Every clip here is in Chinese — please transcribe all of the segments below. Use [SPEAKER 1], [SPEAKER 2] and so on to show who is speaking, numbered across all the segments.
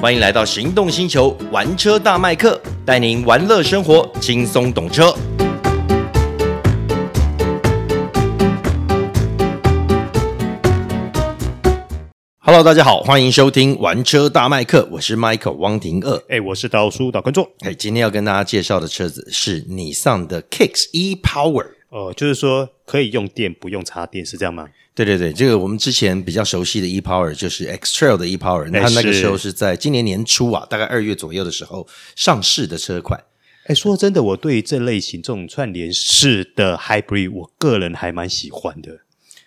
[SPEAKER 1] 欢迎来到行动星球玩车大麦克，带您玩乐生活，轻松懂车。Hello，大家好，欢迎收听玩车大麦克，我是 Michael 汪廷二。
[SPEAKER 2] 哎、我是导叔导观众，
[SPEAKER 1] 哎，今天要跟大家介绍的车子是尼桑的 Kicks E Power。
[SPEAKER 2] 呃，就是说可以用电不用插电，是这样吗？
[SPEAKER 1] 对对对，这个我们之前比较熟悉的 e Power 就是 X Trail 的 e Power，
[SPEAKER 2] 哎
[SPEAKER 1] 它那个
[SPEAKER 2] 是
[SPEAKER 1] 时候是在今年年初啊，大概二月左右的时候上市的车款。
[SPEAKER 2] 哎、说真的，我对这类型这种串联式的 hybrid，我个人还蛮喜欢的。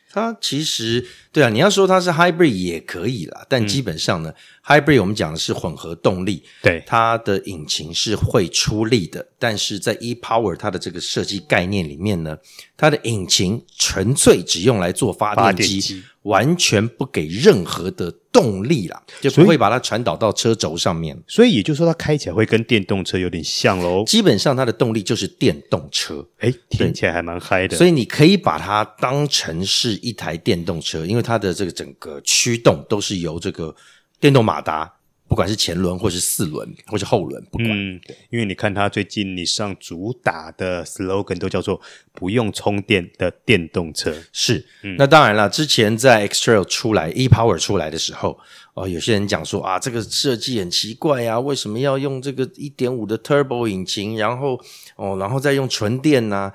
[SPEAKER 1] 它其实对啊，你要说它是 hybrid 也可以啦，
[SPEAKER 2] 嗯
[SPEAKER 1] 但基本上呢、h y b r i d 我们讲的是混合动力，
[SPEAKER 2] 对，
[SPEAKER 1] 它的引擎是会出力的，但是在 e Power 它的这个设计概念里面呢，它的引擎纯粹只用来做发
[SPEAKER 2] 发
[SPEAKER 1] 电
[SPEAKER 2] 电
[SPEAKER 1] 机，
[SPEAKER 2] 机
[SPEAKER 1] 完全不给任何的动力啦，就
[SPEAKER 2] 所
[SPEAKER 1] 不
[SPEAKER 2] 以
[SPEAKER 1] 会把它传导到车轴上面。
[SPEAKER 2] 所以也就是说，它开起来会跟电动车有点像喽。
[SPEAKER 1] 基本上它的动力就是电动车，
[SPEAKER 2] 哎、听起来还蛮嗨的。
[SPEAKER 1] 所
[SPEAKER 2] 以
[SPEAKER 1] 以你可以把它当成是一台电动车，因为它的这个整个驱动都是由这个电动马达，不管是前轮或是四轮或是后轮，不管、
[SPEAKER 2] 嗯，因为你看它最近你上主打的 slogan 都叫做“不用充电的电动车
[SPEAKER 1] 是。那当然了，之前在 X Trail 出来、E Power 出来的时候，哦，有些人讲说啊，这个设计很奇怪啊，为什么要用这个一点五的 Turbo 引擎，然后哦，然后再用纯电呢、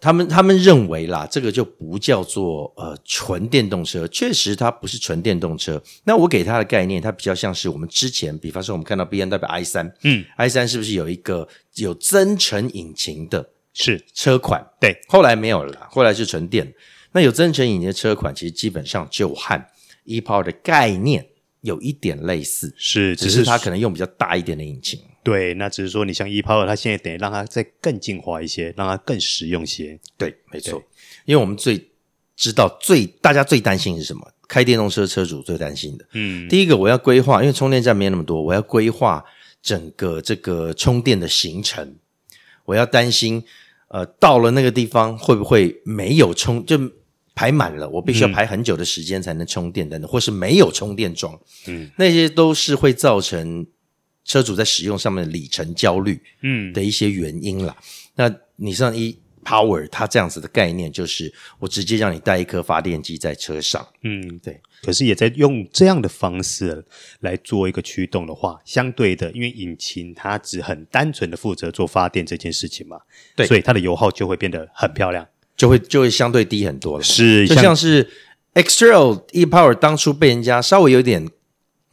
[SPEAKER 1] 他们他们认为啦，这个就不叫做呃纯电动车，确实它不是纯电动车。那我给它的概念，它比较像是我们之前，比方说我们看到 B N W i 三，
[SPEAKER 2] 嗯
[SPEAKER 1] ，i 三是不是有一个有增程引擎的”，
[SPEAKER 2] 是
[SPEAKER 1] 车款？
[SPEAKER 2] 对，
[SPEAKER 1] 后来没有了啦，后来是纯电。那有增程引擎的车款，其实基本上就和 e power 的概念有一点类似，
[SPEAKER 2] 是，
[SPEAKER 1] 只
[SPEAKER 2] 只
[SPEAKER 1] 是
[SPEAKER 2] 是
[SPEAKER 1] 它
[SPEAKER 2] 它
[SPEAKER 1] 可能用比较大一点的引擎。
[SPEAKER 2] 对，那只是说你像 e power，它现在等于让它再更进化一些，让它更实用些。
[SPEAKER 1] 对，没错，因为我们最知道最大家最担心是什么？开电动车车主最担心的，
[SPEAKER 2] 嗯，
[SPEAKER 1] 第一个我要规划，因为充电站没有那么多，我要规划整个这个充电的行程，我要担心，呃，到了那个地方会不会没有充就。排满了，我必须要排很久的时间才能充电等等，或是没有充电桩，
[SPEAKER 2] 嗯，
[SPEAKER 1] 那些都是会造成车主在使用上面的里程焦虑，
[SPEAKER 2] 嗯，
[SPEAKER 1] 的一些原因啦。那你像一 Power 它这样子的概念，就是我直接让你带一颗发电机在车上，
[SPEAKER 2] 嗯，
[SPEAKER 1] 对。
[SPEAKER 2] 可是也在用这样的方式来做一个驱动的话，相对的，因为引擎它只很单纯的负责做发电这件事情嘛，
[SPEAKER 1] 对
[SPEAKER 2] 所以它的油耗就会变得很漂亮。
[SPEAKER 1] 就会就会相对低很多了。
[SPEAKER 2] 是
[SPEAKER 1] 就像是 x t r a l e Power 当初被人家稍微有点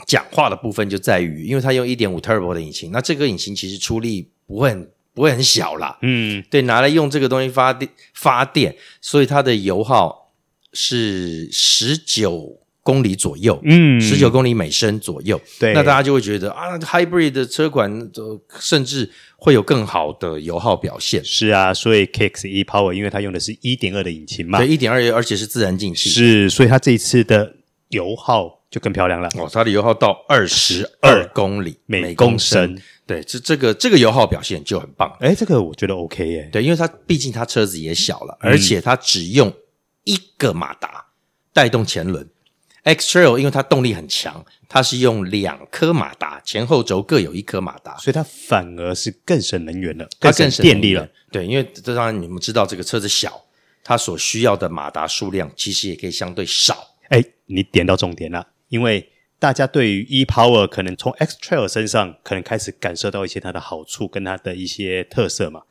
[SPEAKER 1] 讲话的部分，就在于因为它用1.5 Turbo 的引擎，那这个引擎其实出力不会很不会很小啦，
[SPEAKER 2] 嗯，
[SPEAKER 1] 对，拿来用这个东西发电发电，所以它的油耗是十九公里左右，
[SPEAKER 2] 嗯
[SPEAKER 1] 十九公里每升左右。
[SPEAKER 2] 对
[SPEAKER 1] 那大家就会觉得啊，hybrid 的车款呃甚至会有更好的油耗表现。
[SPEAKER 2] 是啊，所以 Kicks E Power 因为它用的是1.2的引擎嘛
[SPEAKER 1] 对，，一点二，而且是自然进气。
[SPEAKER 2] 是，所以它这一次的油耗就更漂亮了。
[SPEAKER 1] 哦，它的油耗到二十二公里
[SPEAKER 2] 每
[SPEAKER 1] 公
[SPEAKER 2] 公升。
[SPEAKER 1] 对，这这个这个油耗表现就很棒。
[SPEAKER 2] 哎，这个我觉得 OK 耶、
[SPEAKER 1] 对，因为它毕竟它车子也小了，
[SPEAKER 2] 嗯
[SPEAKER 1] 而且它只用一个马达带动前轮。X Trail 因为它动力很强，它是用两颗马达，前后轴各有一颗马达，
[SPEAKER 2] 所以它反而是更省能源了，
[SPEAKER 1] 它
[SPEAKER 2] 省
[SPEAKER 1] 省
[SPEAKER 2] 电力了。。
[SPEAKER 1] 对，因为这当然你们知道，这个车子小，它所需要的马达数量其实也可以相对少。
[SPEAKER 2] 哎，你点到重点了，因为大家对于 e power 可能从 X Trail 身上可能开始感受到一些它的好处跟它的一些特色嘛。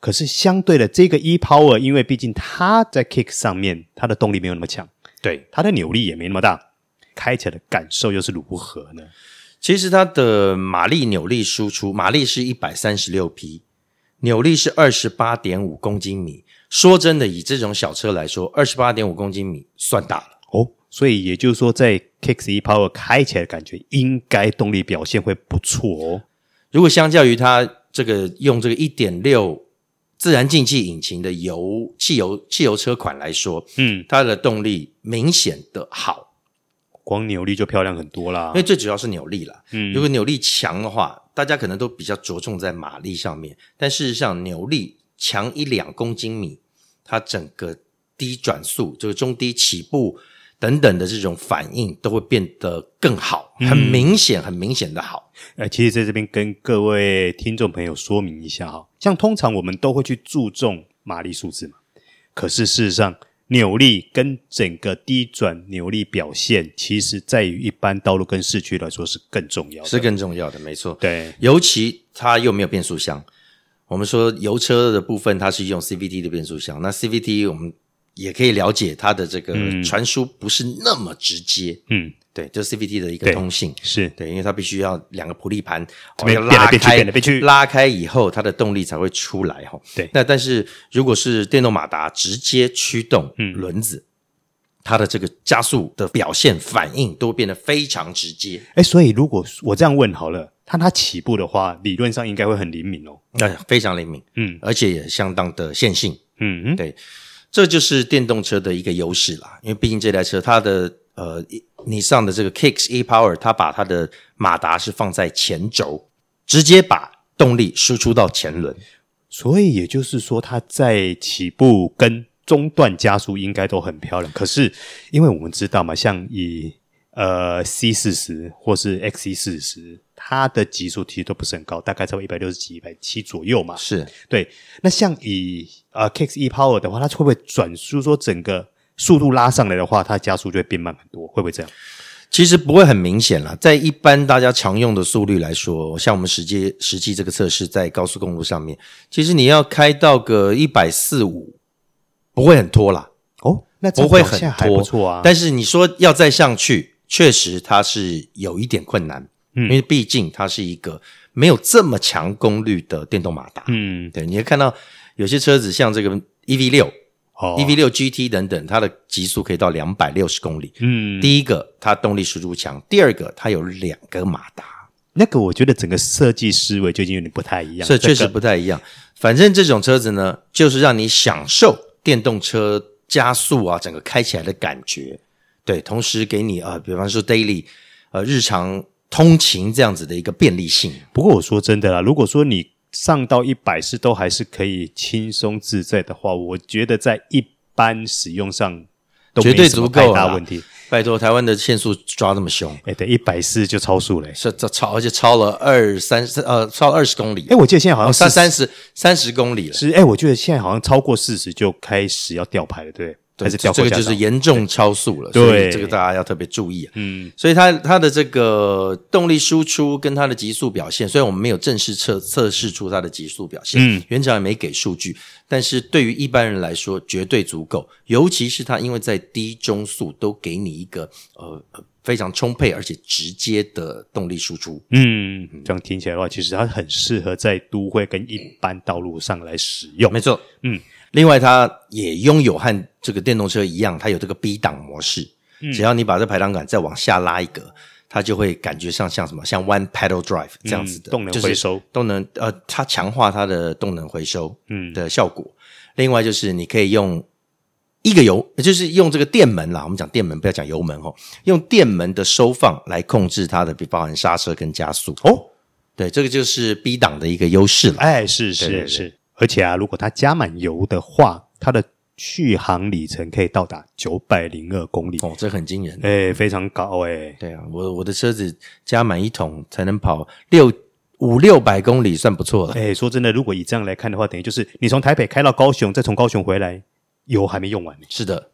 [SPEAKER 2] 可是相对的，这个 e power 因为毕竟它在 kick 上面，它的动力没有那么强，
[SPEAKER 1] 对，
[SPEAKER 2] 它的扭力也没那么大，开起来的感受又是如何呢？
[SPEAKER 1] 其实它的马力扭力输出，马力是一百三十六匹，扭力是二十八点五公斤米。说真的，以这种小车来说，二十八点五公斤米算大了。
[SPEAKER 2] 哦，所以也就是说，在 Kicks e power 开起来的感觉，应该动力表现会不错哦。
[SPEAKER 1] 如果相较于它这个用这个一点六自然进气引擎的油汽油汽油车款来说，
[SPEAKER 2] 嗯，
[SPEAKER 1] 它的动力明显的好，
[SPEAKER 2] 光扭力就漂亮很多啦
[SPEAKER 1] 因。为最主要是扭力啦。
[SPEAKER 2] 啊嗯
[SPEAKER 1] 如果扭力强的话，大家可能都比较着重在马力上面，但事实上扭力强一两公斤米，它整个低转速，这个中低起步等等的这种反应都会变得更好，
[SPEAKER 2] 嗯
[SPEAKER 1] 很明显、很明显的好。
[SPEAKER 2] 呃，其实在这边跟各位听众朋友说明一下哈，像通常我们都会去注重马力数字嘛，可是事实上扭力跟整个低转扭力表现，其实在于一般道路跟市区来说是更重要的。
[SPEAKER 1] 是更重要的，没错。
[SPEAKER 2] 对，
[SPEAKER 1] 尤其它又没有变速箱。我们说油车的部分，它是用 CVT 的变速箱。那 CVT 我们也可以了解它的这个传输不是那么直接，
[SPEAKER 2] 嗯，
[SPEAKER 1] 对，这是 CVT 的一个
[SPEAKER 2] 对
[SPEAKER 1] 通信。
[SPEAKER 2] 是
[SPEAKER 1] 对，因为它必须要两个普力盘，哦
[SPEAKER 2] 这边
[SPEAKER 1] 要
[SPEAKER 2] 变
[SPEAKER 1] 拉
[SPEAKER 2] 来变去
[SPEAKER 1] 开，
[SPEAKER 2] 变来变去
[SPEAKER 1] 拉开以后，它的动力才会出来哈、哦。
[SPEAKER 2] 对
[SPEAKER 1] 那但是如果是电动马达直接驱动
[SPEAKER 2] 嗯
[SPEAKER 1] 轮子，它的这个加速的表现反应都变得非常直接。
[SPEAKER 2] 哎，所以如果我这样问好了，看它起步的话，理论上应该会很灵敏哦。
[SPEAKER 1] 那哎非常灵敏，
[SPEAKER 2] 嗯，
[SPEAKER 1] 而且也相当的线性，
[SPEAKER 2] 嗯嗯，
[SPEAKER 1] 对，这就是电动车的一个优势啦。因为毕竟这台车它的呃，你上的这个 Kicks E Power，它把它的马达是放在前轴，直接把动力输出到前轮，
[SPEAKER 2] 所以也就是说，它在起步跟中段加速应该都很漂亮。可是，因为我们知道嘛，像以呃 C 四十或是 XC 四十，它的级数其实都不是很高，大概在一百六十几、一百七左右嘛。
[SPEAKER 1] 是
[SPEAKER 2] 对，那像以呃 Kicks E Power 的话，它会不会转速说整个速度拉上来的话，它加速就会变慢很多？会不会这样？
[SPEAKER 1] 其实不会很明显啦，在一般大家常用的速率来说，像我们实际实际这个测试在高速公路上面，其实你要开到个一百四五，不会很拖啦。
[SPEAKER 2] 哦，那这
[SPEAKER 1] 不会
[SPEAKER 2] 表
[SPEAKER 1] 很
[SPEAKER 2] 现还
[SPEAKER 1] 拖
[SPEAKER 2] 不错啊。
[SPEAKER 1] 但是你说要再上去，确实它是有一点困难，
[SPEAKER 2] 嗯
[SPEAKER 1] 因为毕竟它是一个没有这么强功率的电动马达。
[SPEAKER 2] 嗯，
[SPEAKER 1] 对，你会看到有些车子像这个 EV 六、
[SPEAKER 2] 哦
[SPEAKER 1] EV 六 GT 等等，它的极速可以到两百六十公里。
[SPEAKER 2] 嗯，
[SPEAKER 1] 第一个，它动力输出强；第二个，它有两个马达，
[SPEAKER 2] 那个我觉得整个设计思维就已经有点不太一样。
[SPEAKER 1] 这确
[SPEAKER 2] 整
[SPEAKER 1] 实
[SPEAKER 2] 个
[SPEAKER 1] 不太一样。反正这种车子呢，就是让你享受电动车加速啊，整个开起来的感觉。对，同时给你啊、呃比方说 daily，呃，日常通勤这样子的一个便利性。
[SPEAKER 2] 不过我说真的啦，如果说你上到一百是都还是可以轻松自在的话，我觉得在一般使用上都
[SPEAKER 1] 绝
[SPEAKER 2] 没
[SPEAKER 1] 对
[SPEAKER 2] 什么
[SPEAKER 1] 足够
[SPEAKER 2] 太大
[SPEAKER 1] 了啦
[SPEAKER 2] 问题。
[SPEAKER 1] 拜托，台湾的限速抓那么凶，
[SPEAKER 2] 哎，对，一百四就超速嘞、
[SPEAKER 1] 是这超，而且超了二三三呃，超了二十公里，
[SPEAKER 2] 哎，我记得现在好像
[SPEAKER 1] 三
[SPEAKER 2] 是
[SPEAKER 1] 三十三十公里了。
[SPEAKER 2] 是哎，我觉得现在好像超过四十就开始要吊牌了，对，还是
[SPEAKER 1] 这
[SPEAKER 2] 吊
[SPEAKER 1] 这个
[SPEAKER 2] 过驾
[SPEAKER 1] 就
[SPEAKER 2] 照
[SPEAKER 1] 是严重超速了，
[SPEAKER 2] 对
[SPEAKER 1] 所以这个大家要特别注意、啊。
[SPEAKER 2] 嗯，
[SPEAKER 1] 所以它它的这个动力输出跟它的极速表现，虽然我们没有正式测测试出它的极速表现，
[SPEAKER 2] 嗯，
[SPEAKER 1] 原厂也没给数据，但是对于一般人来说绝对足够，尤其是它因为在低中速都给你一个呃呃非常充沛而且直接的动力输出，
[SPEAKER 2] 嗯，这样听起来的话，其实它很适合在都会跟一般道路上来使用。
[SPEAKER 1] 没错，
[SPEAKER 2] 嗯。
[SPEAKER 1] 另外，它也拥有和这个电动车一样，它有这个 B 档模式。
[SPEAKER 2] 嗯
[SPEAKER 1] 只要你把这排档杆再往下拉一格，它就会感觉上像什么，像 One Pedal Drive 这样子的、
[SPEAKER 2] 嗯动能
[SPEAKER 1] 就是
[SPEAKER 2] 回收
[SPEAKER 1] 动能呃，它强化它的动能回收
[SPEAKER 2] 嗯
[SPEAKER 1] 的效果。另外就是你可以用一个油，就是用这个电门啦，我们讲电门，不要讲油门哦，用电门的收放来控制它的，比包含刹车跟加速。
[SPEAKER 2] 哦，
[SPEAKER 1] 对，这个就是 B 档的一个优势了。
[SPEAKER 2] 哎，是
[SPEAKER 1] 对对对
[SPEAKER 2] 是是，而且啊，如果它加满油的话，它的续航里程可以到达九百零二公里，
[SPEAKER 1] 哦，这很惊人。
[SPEAKER 2] 哎，非常高哎。
[SPEAKER 1] 对啊，我我的车子加满一桶才能跑六五六百公里，算不错了。
[SPEAKER 2] 哎，说真的，如果以这样来看的话，等于就是你从台北开到高雄，再从高雄回来，油还没用完呢。
[SPEAKER 1] 是的，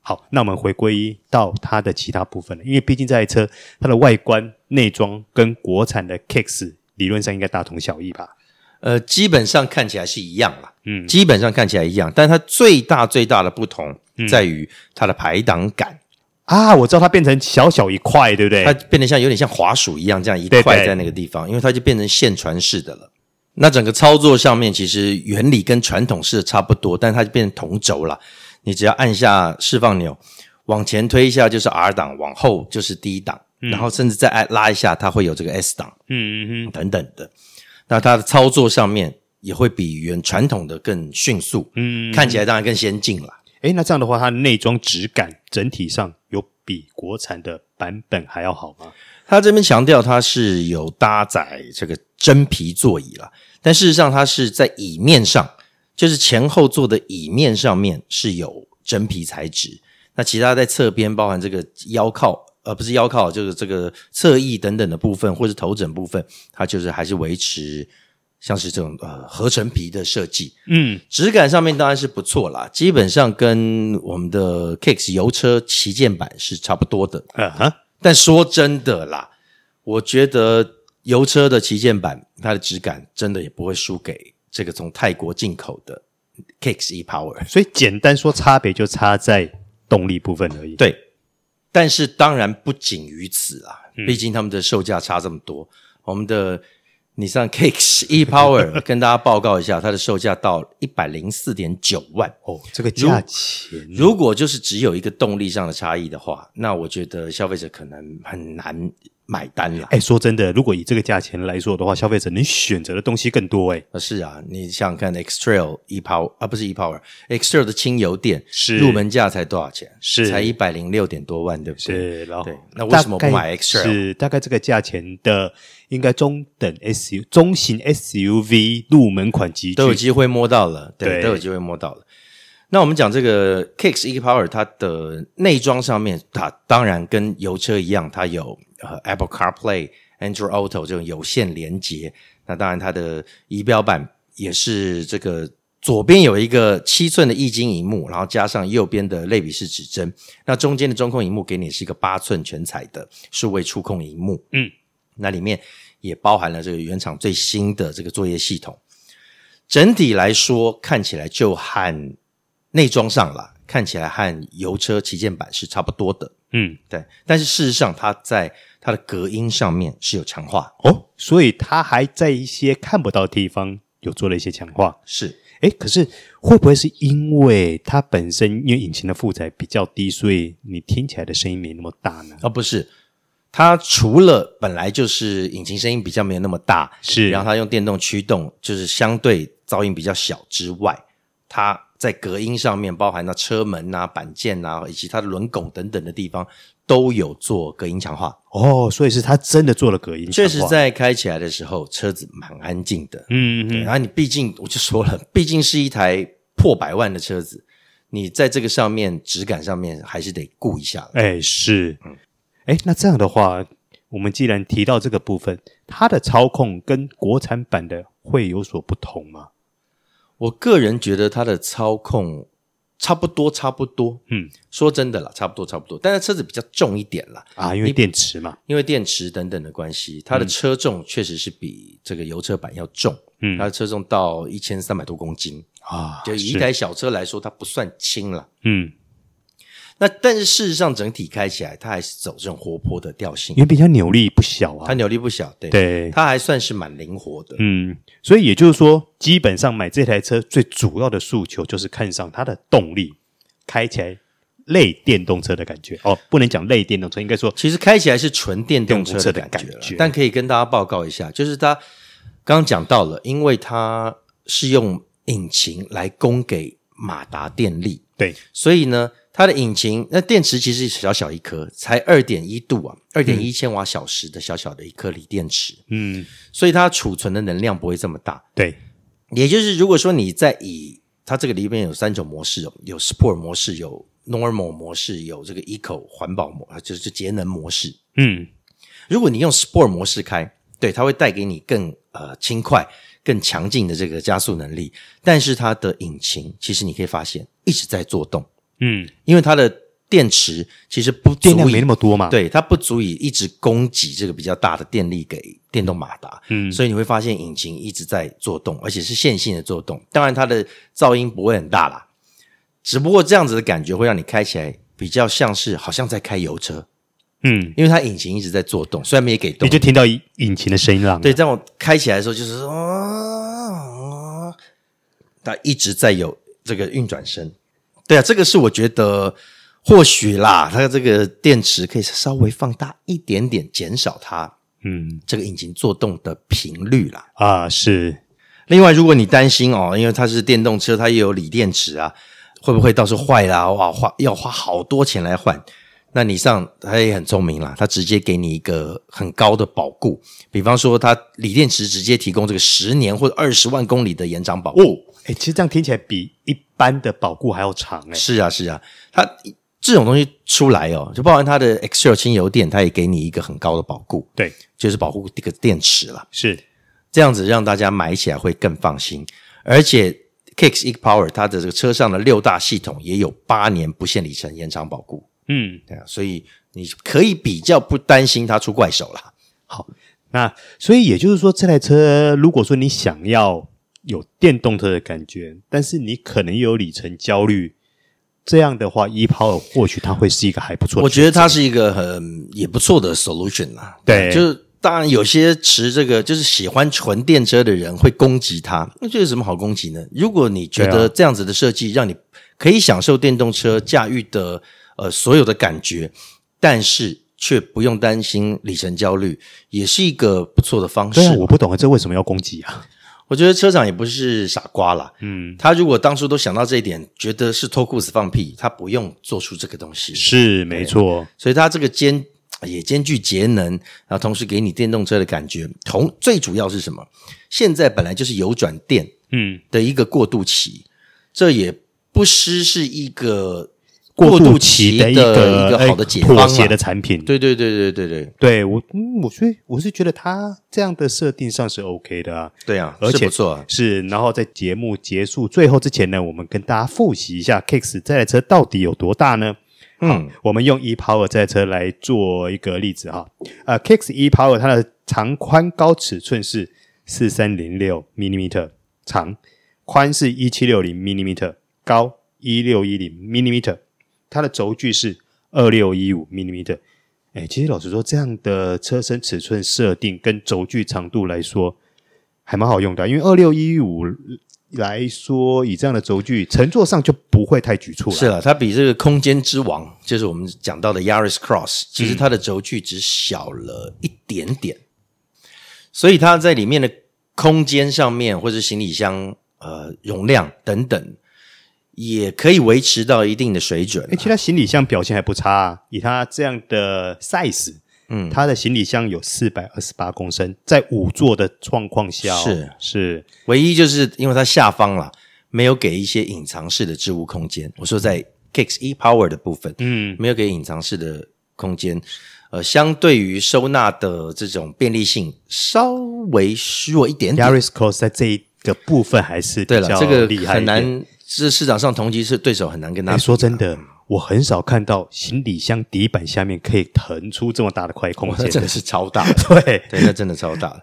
[SPEAKER 2] 好，那我们回归到它的其他部分了，因为毕竟这台车它的外观、内装跟国产的 Kicks 理论上应该大同小异吧？
[SPEAKER 1] 呃，基本上看起来是一样啦，
[SPEAKER 2] 嗯
[SPEAKER 1] 基本上看起来一样，但它最大最大的不同在于它的排挡杆，
[SPEAKER 2] 啊，我知道它变成小小一块，对不对？
[SPEAKER 1] 它变得像有点像滑鼠一样，这样一
[SPEAKER 2] 对
[SPEAKER 1] 块
[SPEAKER 2] 哎对
[SPEAKER 1] 在那个地方，因为它就变成线传式的了。那整个操作上面其实原理跟传统式的差不多，但它就变成同轴了。你只要按下释放钮，往前推一下就是 R 档，往后就是 D 档，
[SPEAKER 2] 嗯
[SPEAKER 1] 然后甚至再按拉一下，它会有这个 S 档。
[SPEAKER 2] 嗯嗯嗯，
[SPEAKER 1] 等等的。那它的操作上面也会比原传统的更迅速，嗯，看起来当然更先进了。
[SPEAKER 2] 诶，那这样的话，它的内装质感整体上有比国产的版本还要好吗？
[SPEAKER 1] 它这边强调它是有搭载这个真皮座椅了，但事实上它是在椅面上，就是前后座的椅面上面是有真皮材质。那其他在侧边，包含这个腰靠，呃，不是腰靠，就是这个侧翼等等的部分，或是头枕部分，它就是还是维持像是这种呃合成皮的设计。
[SPEAKER 2] 嗯，
[SPEAKER 1] 质感上面当然是不错啦，基本上跟我们的 Kicks 油车旗舰版是差不多的。
[SPEAKER 2] 啊哈，
[SPEAKER 1] 但说真的啦，我觉得油车的旗舰版它的质感真的也不会输给这个从泰国进口的 Kicks E Power。
[SPEAKER 2] 所以简单说，差别就差在动力部分而已。
[SPEAKER 1] 对，但是当然不仅于此啊，毕竟他们的售价差这么多。我们的你上 Kicks E Power 跟大家报告一下，它的售价到一百零四点九万
[SPEAKER 2] 哦，这个价钱
[SPEAKER 1] 如果就是只有一个动力上的差异的话，那我觉得消费者可能很难买单啦。
[SPEAKER 2] 哎、说真的，如果以这个价钱来说的话，消费者能选择的东西更多哎、
[SPEAKER 1] 啊是啊，你想想看，X Trail E Power 啊，不是 E Power，X Trail 的轻油电
[SPEAKER 2] 是
[SPEAKER 1] 入门价才多少钱？
[SPEAKER 2] 是
[SPEAKER 1] 才一百零六点多万，对不对？
[SPEAKER 2] 是，然后
[SPEAKER 1] 对那为什么不买
[SPEAKER 2] 大概
[SPEAKER 1] X-Trail？
[SPEAKER 2] 是大概这个价钱的，应该中等 S U 中型 S U V 入门款级
[SPEAKER 1] 都有
[SPEAKER 2] 具，
[SPEAKER 1] 机会摸到了，对，
[SPEAKER 2] 对
[SPEAKER 1] 都有机会摸到了。那我们讲这个 Kicks E Power，它的内装上面，它当然跟油车一样，它有呃 Apple CarPlay、Android Auto 这种有线连接。那当然，它的仪表板也是这个左边有一个七寸的液晶荧幕，然后加上右边的类比式指针。那中间的中控荧幕给你是一个八寸全彩的数位触控荧幕。
[SPEAKER 2] 嗯，
[SPEAKER 1] 那里面也包含了这个原厂最新的这个作业系统。整体来说，看起来就和内装上啦，看起来和油车旗舰版是差不多的，
[SPEAKER 2] 嗯，
[SPEAKER 1] 对。但是事实上，它在它的隔音上面是有强化，
[SPEAKER 2] 哦，所以它还在一些看不到的地方有做了一些强化。
[SPEAKER 1] 是
[SPEAKER 2] 哎，可是会不会是因为它本身因为引擎的负载比较低，所以你听起来的声音没那么大呢？
[SPEAKER 1] 而不是它除了本来就是引擎声音比较没有那么大，
[SPEAKER 2] 是，
[SPEAKER 1] 然后它用电动驱动，就是相对噪音比较小之外，它在隔音上面，包含到车门啊、板件啊，以及它的轮拱等等的地方，都有做隔音强化。
[SPEAKER 2] 哦，所以是它真的做了隔音强
[SPEAKER 1] 确
[SPEAKER 2] 化，
[SPEAKER 1] 实，在开起来的时候，车子蛮安静的。
[SPEAKER 2] 嗯嗯
[SPEAKER 1] 对，
[SPEAKER 2] 嗯，
[SPEAKER 1] 然后你毕竟我就说了，毕竟是一台破百万的车子，你在这个上面质感上面还是得顾一下了。
[SPEAKER 2] 哎，是，哎，那这样的话，我们既然提到这个部分，它的操控跟国产版的会有所不同吗？
[SPEAKER 1] 我个人觉得它的操控差不多，差不多。
[SPEAKER 2] 嗯，
[SPEAKER 1] 说真的啦，差不多，差不多。但是车子比较重一点啦，
[SPEAKER 2] 啊，因为电池嘛，
[SPEAKER 1] 因为电池等等的关系，它的车重确实是比这个油车版要重。
[SPEAKER 2] 嗯
[SPEAKER 1] 它的车重到一千三百多公斤，
[SPEAKER 2] 啊，
[SPEAKER 1] 就以一
[SPEAKER 2] 是
[SPEAKER 1] 台小车来说，它不算轻了。
[SPEAKER 2] 嗯，
[SPEAKER 1] 那但是事实上，整体开起来，它还是走这种活泼的调性
[SPEAKER 2] 因，为毕竟它扭力不小
[SPEAKER 1] 它
[SPEAKER 2] 啊，
[SPEAKER 1] 扭力不小，对，
[SPEAKER 2] 对，
[SPEAKER 1] 它还算是蛮灵活的。
[SPEAKER 2] 嗯，所以也就是说，基本上买这台车最主要的诉求就是看上它的动力，开起来类电动车的感觉哦，不能讲类电动车，应该说
[SPEAKER 1] 其实开起来是纯电动车
[SPEAKER 2] 电动车
[SPEAKER 1] 的
[SPEAKER 2] 的
[SPEAKER 1] 感觉了
[SPEAKER 2] 感觉
[SPEAKER 1] 但可以跟大家报告一下，就是它刚刚讲到了，因为它是用引擎来供给马达电力，
[SPEAKER 2] 对，
[SPEAKER 1] 所以呢，它的引擎那电池其实小小一颗，才二点一度啊，二点一千瓦小时的小小的一颗锂电池，
[SPEAKER 2] 嗯，
[SPEAKER 1] 所以它储存的能量不会这么大。
[SPEAKER 2] 对，
[SPEAKER 1] 也就是如果说你在以它这个里面有三种模式，哦有 Sport 模式，有 Normal 模式，有这个 Eco 环保模，就是节能模式。
[SPEAKER 2] 嗯，
[SPEAKER 1] 如果你用 Sport 模式开，对，它会带给你更呃轻快、更强劲的这个加速能力，但是它的引擎其实你可以发现一直在做动，
[SPEAKER 2] 嗯，
[SPEAKER 1] 因为它的电池其实不
[SPEAKER 2] 电量
[SPEAKER 1] 足以
[SPEAKER 2] 没那么多嘛，，
[SPEAKER 1] 对，它不足以一直供给这个比较大的电力给电动马达，
[SPEAKER 2] 嗯
[SPEAKER 1] 所以你会发现引擎一直在做动，而且是线性的做动。当然，它的噪音不会很大啦，只不过这样子的感觉会让你开起来比较像是好像在开油车，
[SPEAKER 2] 嗯，
[SPEAKER 1] 因为它引擎一直在做动，虽然没给动
[SPEAKER 2] 你，就听到引擎的声音啦。
[SPEAKER 1] 对，在我开起来的时候就是哦说啊，啊它一直在有这个运转声。对啊，这个是我觉得或许啦，它的这个电池可以稍微放大一点点，减少它
[SPEAKER 2] 嗯
[SPEAKER 1] 这个引擎做动的频率啦。
[SPEAKER 2] 啊，是
[SPEAKER 1] 另外，如果你担心哦，因为它是电动车，它也有锂电池啊，会不会到时候坏啦、哇，花要花好多钱来换。那你上它也很聪明啦，它直接给你一个很高的保固，比方说它锂电池直接提供这个十年或者二十万公里的延长
[SPEAKER 2] 哦
[SPEAKER 1] 保固。
[SPEAKER 2] 哦，哎，其实这样听起来比一般的保固还要长哎。
[SPEAKER 1] 是啊，是啊，它这种东西出来哦，就包含它的 Excel 轻油电，它也给你一个很高的保固，
[SPEAKER 2] 对，
[SPEAKER 1] 就是保护这个电池啦。
[SPEAKER 2] 是
[SPEAKER 1] 这样子让大家买起来会更放心。而且 Kicks e Power 它的这个车上的六大系统也有八年不限里程延长保固，
[SPEAKER 2] 嗯。
[SPEAKER 1] 对啊，所以你可以比较不担心它出怪手啦。
[SPEAKER 2] 那所以也就是说，这台车如果说你想要有电动车的感觉，但是你可能又有里程焦虑，这样的话，e power 或许它会是一个还不错
[SPEAKER 1] 我
[SPEAKER 2] 的。
[SPEAKER 1] 觉得它是一个很也不错的 solution 啦。
[SPEAKER 2] 对
[SPEAKER 1] 就是当然有些持这个就是喜欢纯电车的人会攻击它，那这有什么好攻击呢？如果你觉
[SPEAKER 2] 对啊
[SPEAKER 1] 得这样子的设计让你可以享受电动车驾驭的呃所有的感觉，但是却不用担心里程焦虑，也是一个不错的方式
[SPEAKER 2] 对。啊，我不懂啊，这为什么要攻击啊？
[SPEAKER 1] 我觉得车长也不是傻瓜啦。
[SPEAKER 2] 嗯，
[SPEAKER 1] 他如果当初都想到这一点，觉得是脱裤子放屁，他不用做出这个东西。
[SPEAKER 2] 是没错，
[SPEAKER 1] 所以它这个兼呃也兼具节能，然后同时给你电动车的感觉。同最主要是什么？现在本来就是油转电
[SPEAKER 2] 嗯，
[SPEAKER 1] 的一个过渡期，这也不失是一个
[SPEAKER 2] 过
[SPEAKER 1] 渡
[SPEAKER 2] 期
[SPEAKER 1] 的
[SPEAKER 2] 一
[SPEAKER 1] 个
[SPEAKER 2] 个
[SPEAKER 1] 一个好的解
[SPEAKER 2] 哎
[SPEAKER 1] 方
[SPEAKER 2] 妥
[SPEAKER 1] 啊
[SPEAKER 2] 协的产品。
[SPEAKER 1] 对对对对对对
[SPEAKER 2] 对我，嗯，我所以我是觉得它这样的设定上是 OK 的啊。
[SPEAKER 1] 对啊，
[SPEAKER 2] 而
[SPEAKER 1] 是
[SPEAKER 2] 且
[SPEAKER 1] 不错、啊。
[SPEAKER 2] 是，然后在节目结束最后之前呢，我们跟大家复习一下 Kicks 这台车到底有多大呢？
[SPEAKER 1] 嗯，
[SPEAKER 2] 我们用 e power 这台车来做一个例子哈。呃，Kicks e power 它的长宽高尺寸是四三零六 m m 长宽是一七六零 m m 高一六一零 m m 它的轴距是二六一五 m m 哎，其实老实说，这样的车身尺寸设定跟轴距长度来说，还蛮好用的啊，因为二六一五来说，以这样的轴距，乘坐上就不会太局促了。
[SPEAKER 1] 是啊了、它比这个空间之王，就是我们讲到的 Yaris Cross，其实它的轴距只小了一点点，所以它在里面的空间上面或者行李箱呃容量等等，也可以维持到一定的水准啊、
[SPEAKER 2] 哎、其实它行李箱表现还不差、啊，以它这样的 size，嗯，它的行李箱有四百二十八公升，在五座的状况下哦、
[SPEAKER 1] 是
[SPEAKER 2] 是，
[SPEAKER 1] 唯一就是因为它下方啦没有给一些隐藏式的置物空间，我说在 Kicks E Power 的部分，
[SPEAKER 2] 嗯，
[SPEAKER 1] 没有给隐藏式的空间，呃，相对于收纳的这种便利性稍微弱一点点。
[SPEAKER 2] Yaris Cross 在这一个部分还是
[SPEAKER 1] 嗯对
[SPEAKER 2] 比
[SPEAKER 1] 了，
[SPEAKER 2] 较
[SPEAKER 1] 这个
[SPEAKER 2] 厉害
[SPEAKER 1] 很
[SPEAKER 2] 一点。
[SPEAKER 1] 难，这市场上同级是对手很难跟他
[SPEAKER 2] 哎，说真的，我很少看到行李箱底板下面可以腾出这么大的块空
[SPEAKER 1] 那
[SPEAKER 2] 间
[SPEAKER 1] 真的。
[SPEAKER 2] 的
[SPEAKER 1] 是超大，
[SPEAKER 2] 对，
[SPEAKER 1] 对，那真的超大。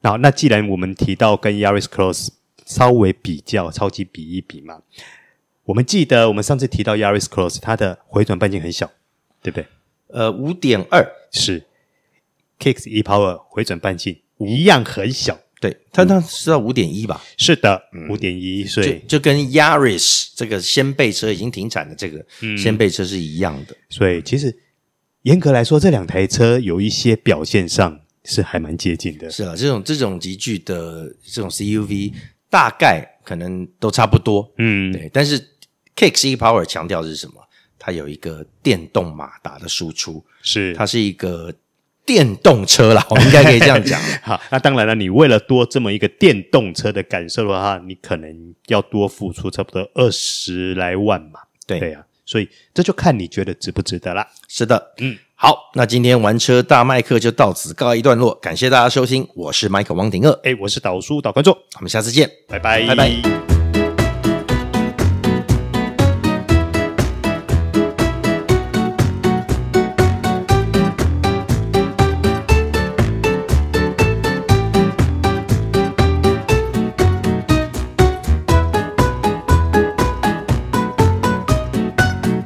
[SPEAKER 2] 然后，那既然我们提到跟 Yaris Cross 稍微比较，超级比一比嘛，我们记得我们上次提到 Yaris Cross 它的回转半径很小，对不对？
[SPEAKER 1] 呃，五点二，
[SPEAKER 2] 是 Kicks E Power 回转半径一样很小，
[SPEAKER 1] 对，它它是到五点一吧，
[SPEAKER 2] 是的，五点一，所
[SPEAKER 1] 嗯就
[SPEAKER 2] 以
[SPEAKER 1] 就跟 Yaris 这个掀背车已经停产的这个掀背车是一样的。
[SPEAKER 2] 所以其实严格来说，这两台车有一些表现上是还蛮接近的，
[SPEAKER 1] 是啊了，这种这种集聚的这种 CUV 大概可能都差不多，
[SPEAKER 2] 嗯，
[SPEAKER 1] 对。但是 Kicks E Power 强调的是什么？它有一个电动马达的输出，
[SPEAKER 2] 是
[SPEAKER 1] 它是一个电动车啦，我们应该可以这 样讲。
[SPEAKER 2] 好，那当然了，你为了多这么一个电动车的感受的话，你可能要多付出差不多二十来万嘛。
[SPEAKER 1] 对
[SPEAKER 2] 对啊，所以这就看你觉得值不值得啦。
[SPEAKER 1] 是的，
[SPEAKER 2] 嗯，
[SPEAKER 1] 好，那今天玩车大麦克就到此告一段落，感谢大家收听，我是麦克王鼎乐，
[SPEAKER 2] 哎，我是导叔导观众，
[SPEAKER 1] 我们下次见。
[SPEAKER 2] 拜拜，
[SPEAKER 1] 拜拜。